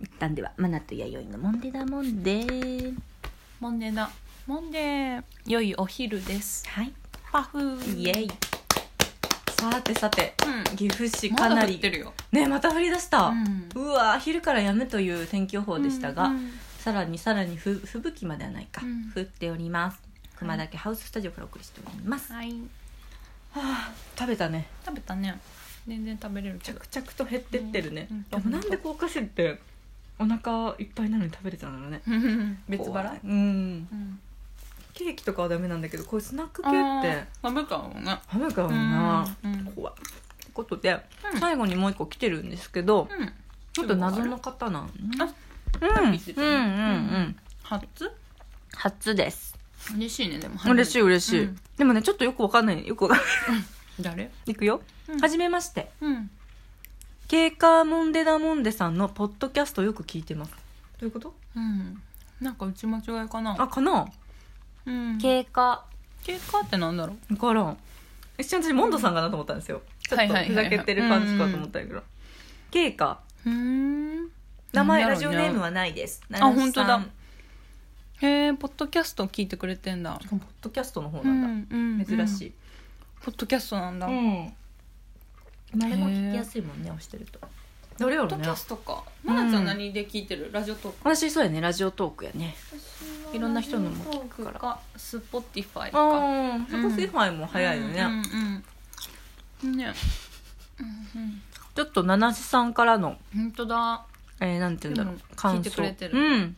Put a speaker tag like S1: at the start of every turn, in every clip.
S1: 一旦では、マナと弥生のモンデダモンデー。
S2: モンデーだモンデー良いお昼です
S1: はい。
S2: パフ
S1: イエイ。
S3: さてさて
S2: う
S3: 岐阜市
S2: ん
S3: か
S2: ま
S3: な
S2: だ降っ
S3: り
S2: てるよ
S3: ねまた降り出した、
S2: うん
S3: うわ昼からやむという天気予報でしたが、
S2: うん
S3: さらにさらにふ吹雪まではないか、
S2: うん
S3: 降っております熊岳ハウススタジオからお送りしております、
S2: はい
S3: はあ食べたね
S2: 食べたね全然食べれ るけど
S3: 着々と減ってってるね、
S2: うん
S3: でもなんでこうお菓子ってお腹いっぱいなのに食べれちゃうんだろうね
S2: 別腹
S3: 怖いうん
S2: うん
S3: ケーキとかはダメなんだけどこういうスナック系っ
S2: あ
S3: て
S2: ー食べたもんね
S3: ダメかもな、
S2: うんうん
S3: 怖いってことで、
S2: うん
S3: 最後にもう一個来てるんですけど、
S2: うん
S3: ちょっと謎の方なんう
S2: あ
S3: ん、うんうん
S2: っ
S3: う
S2: き言ってたね
S3: ん
S2: 初
S3: 初です
S2: 嬉しいねでも
S3: 嬉しい嬉しい、
S2: うん
S3: でもねちょっとよくわかんないよくわ かんな
S2: 誰
S3: いいくよ、
S2: うん
S3: はじめまして
S2: うん
S3: ケーカーモンデダモンデさんのポッドキャストよく聞いてますどういうこと
S2: うんなんか打ち間違いかな
S3: あかな
S2: うん経
S1: 経過。
S2: 過ってなんだろう
S3: 分からん一瞬私モンドさんかなと思ったんですよちょ
S2: は
S3: っ
S2: い
S3: と
S2: はい
S3: ふ
S2: はいはい
S3: ざけてる感じかと思ったんやけどケーカ
S2: うーん
S3: ー名前
S2: なん
S3: ラ
S2: だ
S3: ジ
S2: ろ
S3: オ
S2: うね
S3: ネームはないですあ
S2: 本当だへえポッドキャスト聞いてくれてんだ
S3: ポッドキャストの方なんだ、珍し
S2: い
S3: い
S2: ポッドキャストなんだポ
S3: ん誰も聞きやすいもんね押してるとどれや
S2: ッ
S3: ろ
S2: ド
S3: う
S2: キ
S3: ね
S2: ャストかまなちゃん何で聞いてるラジオトーク
S3: 私そうやねラジオトークやねいろんな人のも
S2: 聞くからスポティファイか
S3: ああそこスイファイも早いよね、
S2: うんうんうんねうんうん
S3: ちょっと七瀬さんからの、
S2: 本当だ
S3: えー、なんて言うんだろう
S2: でも
S3: 感想
S2: 聞いてくれてる
S3: うん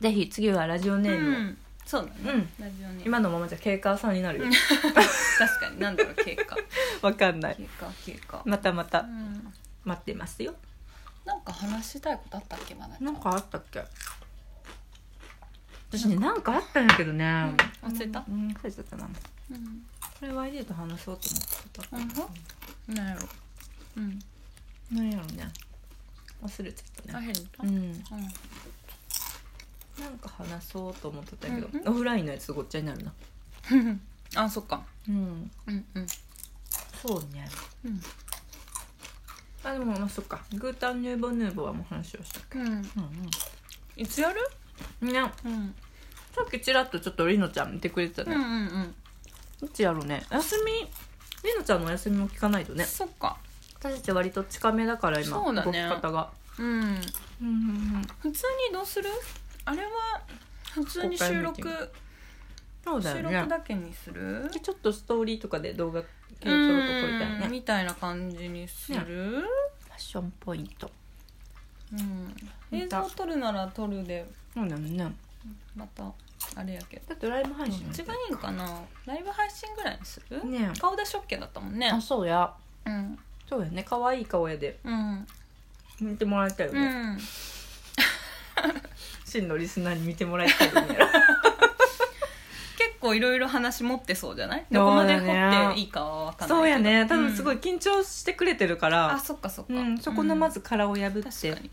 S3: ぜひ次はラジオネ
S2: う
S3: ームを、
S2: んそうだね
S3: うん
S2: ラジオネーム
S3: 今のままじゃケーカーさんになるよ
S2: 確かになんだろう経過
S3: わかんない
S2: 経過経過
S3: またまた
S2: うん
S3: 待ってますよ
S2: なんか話したいことあったっけまだ
S3: なんかあったっけ私ねなんかあったんやけどね、
S2: うん忘れた
S3: うん忘れちゃったなこ
S2: うん
S3: れ YD と話そうと思ってた
S2: うんなんやろうん
S3: 何やろね忘れちゃった
S2: あ
S3: ね
S2: 変だ
S3: うん
S2: うん
S3: なんか話そうと思ってたけど、
S2: うんうん
S3: オフラインのやつごっちゃになるな
S2: あそっか
S3: うん
S2: うんうん
S3: そうね
S2: うん
S3: あでもまあそっかグータンヌーボーヌーボーはもう話をした
S2: うん
S3: うん
S2: いつやる
S3: うんね
S2: うん
S3: さっきちらっとちょっとりのちゃん見てくれてた
S2: うん
S3: ね、
S2: うん
S3: どっちやろうね休みりのちゃんのお休みも聞かないと
S2: う
S3: ね
S2: んそっか
S3: 私たち割と近めだから今
S2: そうだね
S3: 動き方が
S2: うん
S3: うんうんうん
S2: 普通にどうするあれは普通に収
S3: 公
S2: 録
S3: 開ミーそうだ
S2: 収
S3: よ
S2: 録
S3: ね
S2: だけにする
S3: でちょっとストーリーとかで動画系ち
S2: う
S3: ょろっと撮りたいね
S2: んみたいな感じにする
S3: ファッションポイント
S2: うん
S3: 見
S2: 映
S3: た
S2: 像撮るなら撮るで
S3: そうだよね
S2: またあれやけど
S3: だってライブ配
S2: どっ
S3: 信
S2: ちがいいんかなライブ配信ぐらいにする
S3: ね
S2: 顔出し OK だったもんね
S3: あそうや
S2: うん
S3: そうやね可愛い顔やで
S2: うん
S3: 見てもらいたいよ
S2: う
S3: ね、
S2: ん
S3: 真のリスナーに見てもらいたいよ ね
S2: 結構いろいろ話持ってそうじゃない
S3: そうだね
S2: どこまで掘っていいかは分かんないけど
S3: そうやね多分すごい
S2: うん
S3: 緊張してくれてるか
S2: あ
S3: ら、
S2: そっかそっか、
S3: うんそこのまず殻を破
S2: うん
S3: っ
S2: 確か
S3: て
S2: に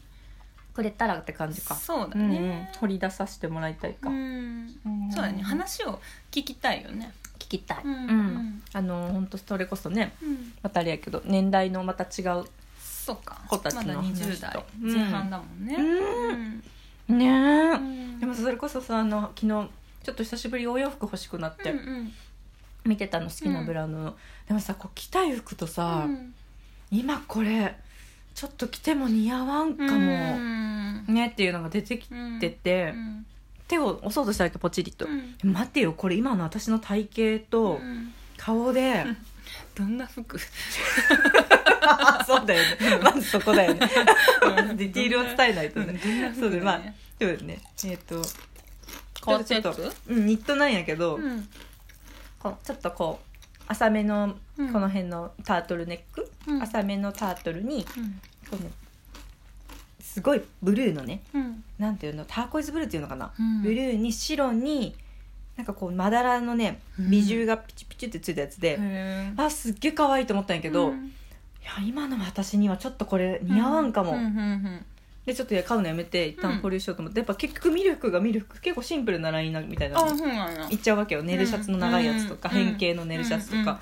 S3: くれたらって感じか
S2: そうだ
S3: うんうん
S2: ね、
S3: 掘り出させてもらいたいか、
S2: うん
S3: ん
S2: そうだね話を聞きたいよね
S1: 聞きたい。
S2: うん
S3: うんあの本当それこそね
S2: うん
S3: またあれやけど年代のまた違う
S2: そっか
S3: 子たちの
S2: まだ
S3: 話
S2: 20
S3: と
S2: 代
S3: うん
S2: 前半だもんね
S3: うん
S2: ん
S3: ねえ、
S2: うん
S3: でもそれこそさあの昨日ちょっと久しぶりにお洋服欲しくなっ
S2: う
S3: て
S2: んうん
S3: 見てたの好きなブランドの、でもさこう着たい服とさ、
S2: うん
S3: 今これちょっと着ても似合わんかも、
S2: うん
S3: ねっていうのが出てきてて、
S2: うん
S3: 手を押そうとしたらポチリと、
S2: うん
S3: 待てよこれ今の私の体型と
S2: うん
S3: 顔 で、
S2: どんな服
S3: そうだよね まずそこだよね
S2: うん
S3: ディティールを伝えないと
S2: どん
S3: ね、
S2: な服ね
S3: そうでまあそうだよねえっ、と
S2: 変わったやつ
S3: ちょっと、うん、ニットなんやけど、
S2: うん
S3: こうちょっとこう浅めのこ
S2: うん
S3: の辺のタートルネック、
S2: うん
S3: 浅めのタートルに
S2: うん
S3: このすごいブルーのね
S2: うん
S3: なんていうのターコイズブルーっていうのかな、
S2: うん
S3: ブルーに白になんかこうまだらのね
S2: うん
S3: 美獣がピチピチってついたやつで、
S2: へー
S3: あすっげえ可愛いと思ったんやけど、
S2: う
S3: い
S2: ん
S3: や今の私にはちょっとこれ似合わんかも、
S2: うんうんうん
S3: でちょっと買うのやめて一旦保留しようと思って、やっぱ結局ミルクがミルク結構シンプルなラインなみたいな
S2: あ
S3: の
S2: そうなんや
S3: いっちゃうわけよネルシャツの長いやつとか、
S2: うん
S3: 変形のネルシャツとか、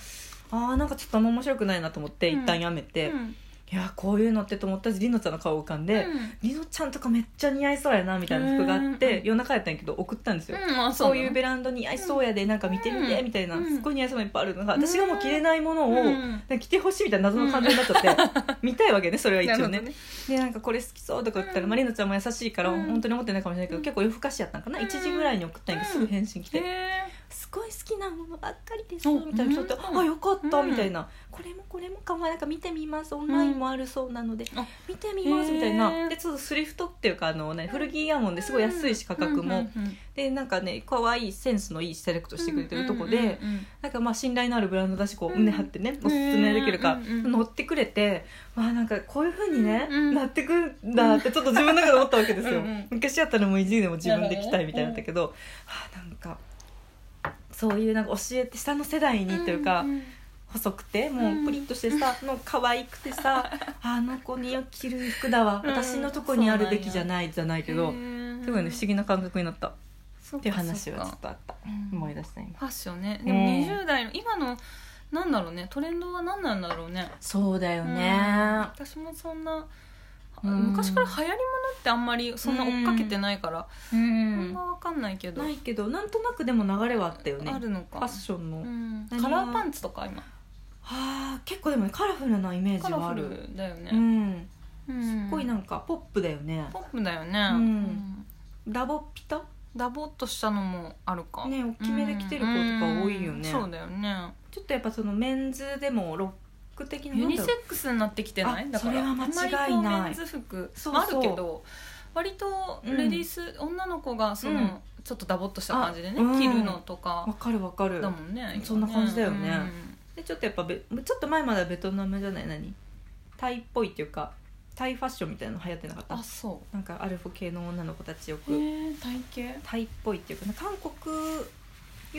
S3: あーなんかちょっとあんま面白くないなと思って一旦やめて、
S2: うん
S3: いやこういうのってと思ったしりのちゃんの顔浮かんで、りのちゃんとかめっちゃ似合いそうやなみたいな服があっ
S2: うん
S3: て
S2: うん
S3: 夜中やったんやけど送ったんですよ、
S2: うん、あ
S3: そ
S2: そうう
S3: い
S2: いうう
S3: ベランダに合いそうやでなんか見てみて
S2: うん
S3: みたいな、
S2: うん
S3: すっごい似合いそうないっぱいあるのが
S2: うん
S3: 私がもう着れないものを、
S2: うん
S3: なんか着てほしいみたいな謎の感情になっちゃって、見たいわけねそれは一応ね
S2: ね
S3: でなんかこれ好きそうとか言ったら、
S2: うん
S3: まりのちゃんも優しいから
S2: うん
S3: 本当に思ってないかもしれないけど、
S2: うん
S3: 結構夜更かしやったんかな、
S2: うん
S3: 1時ぐらいに送ったんやけどすぐ返信来
S2: へ
S3: て、
S2: え
S3: すごい好きなものばっかりです
S2: お
S3: みたいな人って、
S2: うん
S3: あよかった
S2: うん
S3: みたいな、これもこれもかもなんか見てみますオンラインもあるそうなので、
S2: あ
S3: 見てみますみたい
S2: へ
S3: な
S2: ー
S3: でちょっとスリフトっていうかあの、ね、古着やもんですごい安いし価格も、
S2: うんうん
S3: でなんかね可愛いセンスのいいセレクトしてくれてるとこで、
S2: うんうん
S3: なんかまあ信頼のあるブランドだしこう
S2: うん
S3: 胸張ってねおすすめできるから
S2: うんうんうん
S3: 乗ってくれてまあなんかこういう風にね
S2: うん
S3: なってくんだってちょっと自分の中で思ったわけですよ
S2: うんうん
S3: 昔やったらもう意地でも自分で着たいみたいなんだけどはあなんかそういうなんか教えて下の世代にというか
S2: んん
S3: 細くてもうプリッとしてさの可愛くて さあの子に着る服だわ
S2: うん
S3: 私のとこにあるべきじゃないじゃないけ
S2: へ
S3: ど
S2: ー
S3: すごいね不思議な感覚になったっ
S2: そって
S3: いう
S2: か
S3: 話はちょ
S2: そっ
S3: っ
S2: か
S3: とあった
S2: うん
S3: 思い出した今。
S2: ファッションねでも20代の今のなんだろうねトレンドは何なんだろうね
S3: そうだよ
S2: うん
S3: ね、
S2: 私もそんな
S3: うん
S2: 昔から流行りものってあんまりそんな追っかけてないから
S3: うん
S2: あんまわかんないけど
S3: ないけどなんとなくでも流れはあったよね
S2: あるの
S3: フ
S2: か
S3: ァッションの、
S2: う
S3: は
S2: ん
S3: 何が
S2: カラーパンツとか今
S3: あ結構でもねカラフルなイメー
S2: カ
S3: ジ
S2: ラ
S3: はあ
S2: フ
S3: る
S2: ルだよね
S3: うん
S2: うん
S3: すっごいなんかポップだよね
S2: ポップだよね
S3: うん
S2: うん
S3: ダボピタ
S2: ダボっとしたのもあるか
S3: ね大きめで着てる子とか多いよ
S2: うん
S3: ね
S2: そうだよね
S3: ちょっとやっぱそのメンズでもロック的な
S2: ユニ
S3: な
S2: セ
S3: ん
S2: ッ
S3: だろう
S2: クスになってきてない
S3: あ
S2: だか
S3: そ
S2: ら
S3: れは間違いない
S2: あんまりこうメンズ服
S3: そうそう
S2: まああるけど割とレディース、女の子がその、
S3: うん
S2: ちょっとダボっとした感じでね、
S3: あうん
S2: 着るのと
S3: わ
S2: か
S3: かるわかる
S2: だもんね今ね
S3: そんな感じだよね
S2: うん
S3: でちょっとやっぱべちょっと前まではベトナムじゃない何タイっぽいっていうかタイファッションみたいなの流行ってなかった
S2: あそ
S3: なんかアルフォ系の女の子たちよ
S2: う
S3: く
S2: へえ体型
S3: タイっぽいっていうかな韓国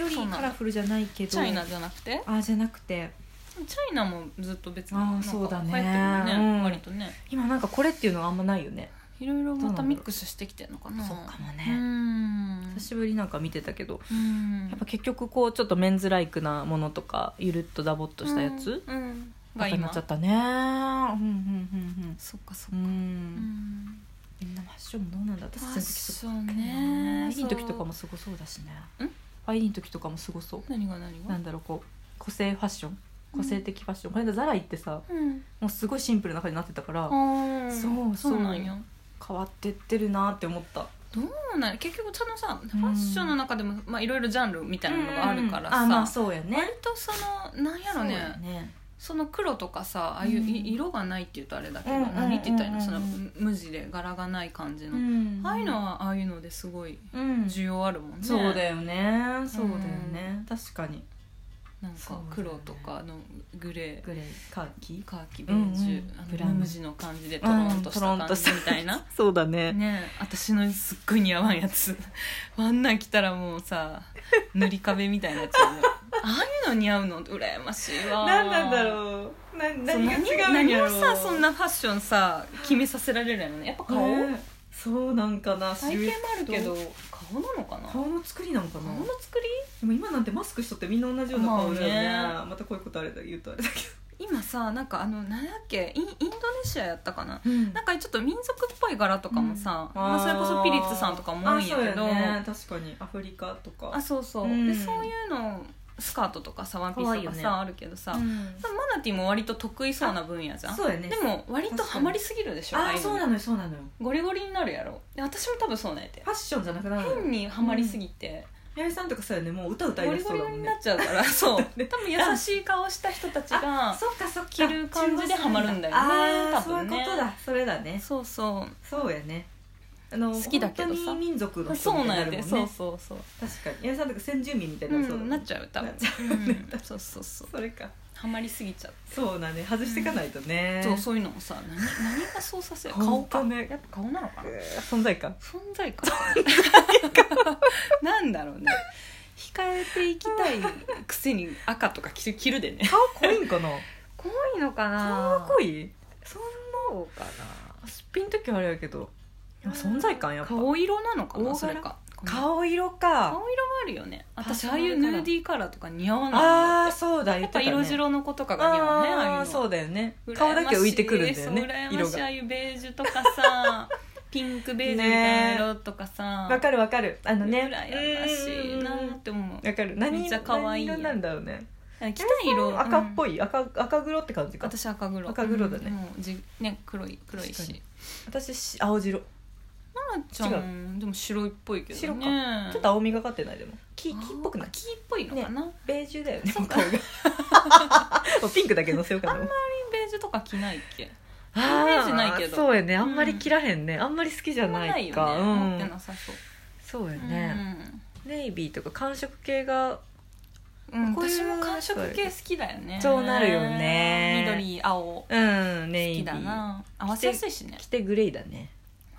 S3: より
S2: そうなんだ
S3: カラフルじゃないけど
S2: チャイナじゃなくて
S3: あーじゃなくて
S2: チャイナもずっと別に
S3: あー
S2: なんか
S3: そうだね
S2: 流行ってるよね、
S3: うん
S2: 割とね
S3: 今なんかこれっていうのがあんまないよね、
S2: いろいろまたミックスしてきてるのかな
S3: そうかも
S2: う
S3: ね、
S2: ん
S3: 久しぶりなんか見てたけど
S2: うん
S3: やっぱ結局こうちょっとメンズライクなものとかゆるっとダボっとしたやつ、
S2: うんうん
S3: な
S2: が
S3: んかにな
S2: 今
S3: っちゃったねうんうん
S2: そっかそっ
S3: うんう
S2: か
S3: んう
S2: うんん
S3: みんなファッションどうなんだ私
S2: フ
S3: たちの時
S2: ァッ
S3: す
S2: ション
S3: ごい
S2: ね
S3: ファイリーの時とかもすごそうだしね
S2: うん
S3: ファイリーの時とかもすごそう
S2: 何が何が
S3: なんだろうこう個性ファッション個性的ファッション、この間ザラ行ってさ
S2: うん
S3: もうすごいシンプルな感じになってたから、
S2: あ
S3: そうそう
S2: そうなんよ
S3: 変わってってるなって思った
S2: どうなん結局そのさファッションの中でもまあいろいろジャンルみたいなのがあるからさ、
S3: あまあそうやね
S2: 割とそのなんやろね
S3: そうや
S2: その黒とかさああいうい
S3: うん
S2: 色がないって言うとあれだけど、
S3: うんうんうんうん
S2: 何って言ったらいいのその無地で柄がない感じ
S3: う
S2: の、
S3: ん
S2: ああいうのはああいうのですごい
S3: うん
S2: 需要あるもんね、
S3: そうだよねそうだよね確かに
S2: なんか黒とかのグレー
S3: グレーカーキ
S2: カーキベージュ、
S3: うんうん
S2: あの
S3: ブラウン
S2: 無地の感じでトロンとした感じみたいな、
S3: そうだね
S2: ねえ私のすっごい似合わんやつあんなん着たらもうさ塗り壁みたいなやつよねああいうの似合うの羨ましいわ
S3: 何なんだ
S2: う
S3: ろうな何
S2: 何
S3: が違うん
S2: 何
S3: やろ
S2: をさそんなファッションさ決めさせられるのねやっぱ顔、
S3: ねそうなんかな
S2: 体型もあるけど顔なのかな
S3: 顔の作りなのかな
S2: 顔の作り
S3: でも今なんてマスクしとってみんな同じような顔だよ
S2: ま
S3: ねまたこういうことあれだ言うとあれだけ
S2: 今さなんかあのなんだっけインインドネシアやったかな
S3: ど
S2: なんかちょっと民族っぽい柄とかもさ、
S3: うん
S2: ま
S3: あ
S2: あ、
S3: ー
S2: それこそピリッツさんとかも多いんやけど
S3: あそうやね確かにアフリカとか
S2: あそうそう、
S3: うん
S2: でそういうのスカートとかさワンピースと
S3: 可
S2: かさ、
S3: 愛いよね
S2: あるけどさ、
S3: うん
S2: マナティーも割と得意そうな分野じゃん、
S3: そうやね
S2: でも割とハマりすぎるでしょ
S3: あ
S2: あ
S3: ー
S2: あいうの
S3: そうなのよそうなのよ
S2: ゴリゴリになるやろで私も多分そうなんやて
S3: ファッションじゃなくなるのよ
S2: 変にハマりすぎて、
S3: 八重さんとかそうやねもう歌歌い
S2: ゴ
S3: だ
S2: リ
S3: しそう
S2: ゴリ
S3: だもん
S2: にな
S3: ね
S2: っちゃう からそう多分優しい顔した人たちが
S3: そっかそっか
S2: 着る感じでハマるんだよね
S3: ああ
S2: 多
S3: そういう
S2: 分
S3: こ
S2: ね
S3: とだそれだね
S2: そうそ
S3: そうやねあの
S2: 好きだけどさ
S3: 本当に民族の
S2: う
S3: 人
S2: そう
S3: み
S2: な
S3: た
S2: ん
S3: いにな
S2: や
S3: る
S2: て、
S3: もん
S2: そう
S3: ね
S2: そうそう、
S3: 確かに八重さんとか先住民みたいに
S2: う
S3: なりそうだも
S2: ん、
S3: ん
S2: な
S3: ね
S2: っちゃう多分
S3: なっちゃ
S2: うんそう そうそう
S3: それか
S2: ハマりすぎちゃって
S3: そうだね外していかないとね
S2: そうそういうのもさ何何がそうさせる
S3: 本
S2: 顔
S3: 当
S2: か、
S3: ね
S2: やっぱ顔なのかな
S3: 存在感
S2: 存在感なんだろうね控えていきたいくせに赤とか着る着るでね
S3: 顔濃いん かな
S2: 濃いのか
S3: 顔濃いそんな
S2: そうかな
S3: すっぴん時はあれやけどや存在感やっぱ
S2: 顔色なのか
S3: 大
S2: な
S3: 柄
S2: それかこの
S3: 顔色か
S2: 顔色もあるよね私
S3: パーソ
S2: ああ
S3: ナ
S2: い
S3: ル
S2: うヌーディーカラーとか似合わないん
S3: あ
S2: だ
S3: あ
S2: って
S3: そうだ言
S2: や
S3: っ
S2: っ
S3: た
S2: てぱ
S3: ね
S2: 色白の子とかが似合うねああ
S3: あ
S2: い
S3: あ
S2: うの
S3: そうだよね顔だけ浮いてくるんだよね
S2: 色
S3: 色
S2: があ
S3: が
S2: あいうベージュとか さピンクベージュみたいな色とかさ
S3: わかるわかるあのね
S2: 羨ましいなって思う
S3: わかる何
S2: めっちゃ可愛いよ
S3: 何色なんだろうね
S2: 着たい色
S3: 赤っぽ
S2: い
S3: い赤赤黒って感じか
S2: 私赤黒
S3: 赤黒だね
S2: うんもうじね黒い黒い
S3: 確か
S2: し
S3: に私し青白
S2: 奈々ちゃんでも白いっぽいけど
S3: 白
S2: ね
S3: かちょっと青みがかってないでも木
S2: あー
S3: 木っぽくない
S2: 秋っぽいのかな
S3: ベージュだよね
S2: そうか
S3: 顔が もうピンクだけのせようかな
S2: ベージュとか着ないっけ
S3: あ
S2: イメージないけど
S3: そうやねあんまり切らへんね、あんまり好きじゃないか
S2: あんまないよね持って
S3: うん
S2: なさそう
S3: そうやね、ネイビーとか寒色系が
S2: うんうん
S3: こうい
S2: 私
S3: う
S2: も寒色系好きだよね
S3: そうなるよね
S2: 緑青
S3: うんネ
S2: 好
S3: イ
S2: き
S3: ビ
S2: だ
S3: ー
S2: な合わせやすいしね
S3: 着てグレーだね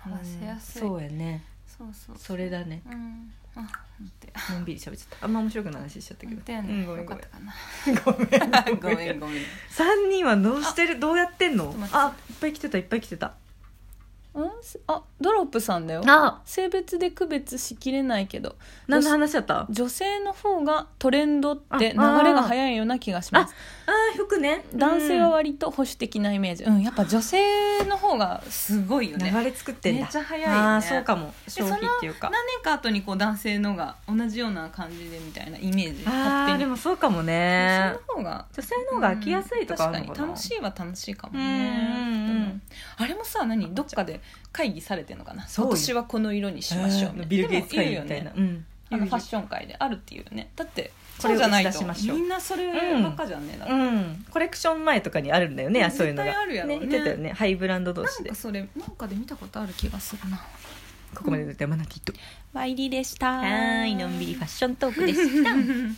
S2: 合わせやすい
S3: うんそうやね
S2: そうそう
S3: それだね
S2: うんあ待って
S3: のんびり喋っちゃったあんま面白くない話しちゃったけ
S2: 待
S3: ど、
S2: って
S3: う
S2: よ
S3: ん
S2: ね
S3: ごめん
S2: よ
S3: ご
S2: かっ
S3: めん
S2: たかな
S3: ごめん
S2: ごめんごめん
S3: 3人はどうしてるどうやってんの
S2: ちょっと待って
S3: あいっぱい来てたいっぱい来てた
S2: あドロップさんだよ
S3: あ
S2: 性別で区別しきれないけど
S3: 何の話だった
S2: 女性の方がトレンドって流れ
S3: ああー
S2: が早いような気がします
S3: あー服ね
S2: 男性は割と保守的なイメージうんやっぱ女性の方がすごいよ
S3: うん
S2: ね
S3: 流れ作ってんだ
S2: めっちゃ早いよね
S3: ああそうかも消費っていうか
S2: 何年か後にこう男性のが同じような感じでみたいなイメージ
S3: あー
S2: 勝手
S3: で
S2: に
S3: もそうかもね
S2: 女性の方が
S3: 女性の方が飽きやすいとかあるの
S2: うん確
S3: か
S2: か
S3: な
S2: に楽しいは楽しいかも
S3: うんうんうん
S2: ねあれもさ何どっかで会議されてんのかな
S3: そうよ
S2: 今年はこの色にしましょう
S3: うん
S2: みたいな
S3: ビル・ゲイツ会
S2: で
S3: 議
S2: も
S3: みたいな
S2: るよね
S3: うん
S2: あのファッション界であるっていうねだってそうじゃない
S3: これを打ち出しましょ
S2: と
S3: う
S2: みんなそればっかじゃんねだって
S3: うんコレクション前とかにあるんだよね
S2: うん
S3: そういうのが
S2: 絶対あるやろうね
S3: 言ってたよねハイブランド同士
S2: なん
S3: で
S2: かそれなんかで見たことある気がするな
S3: ここまでの山名ティット
S2: バイリでした
S3: はーいのんびりファッショントークでした
S2: うん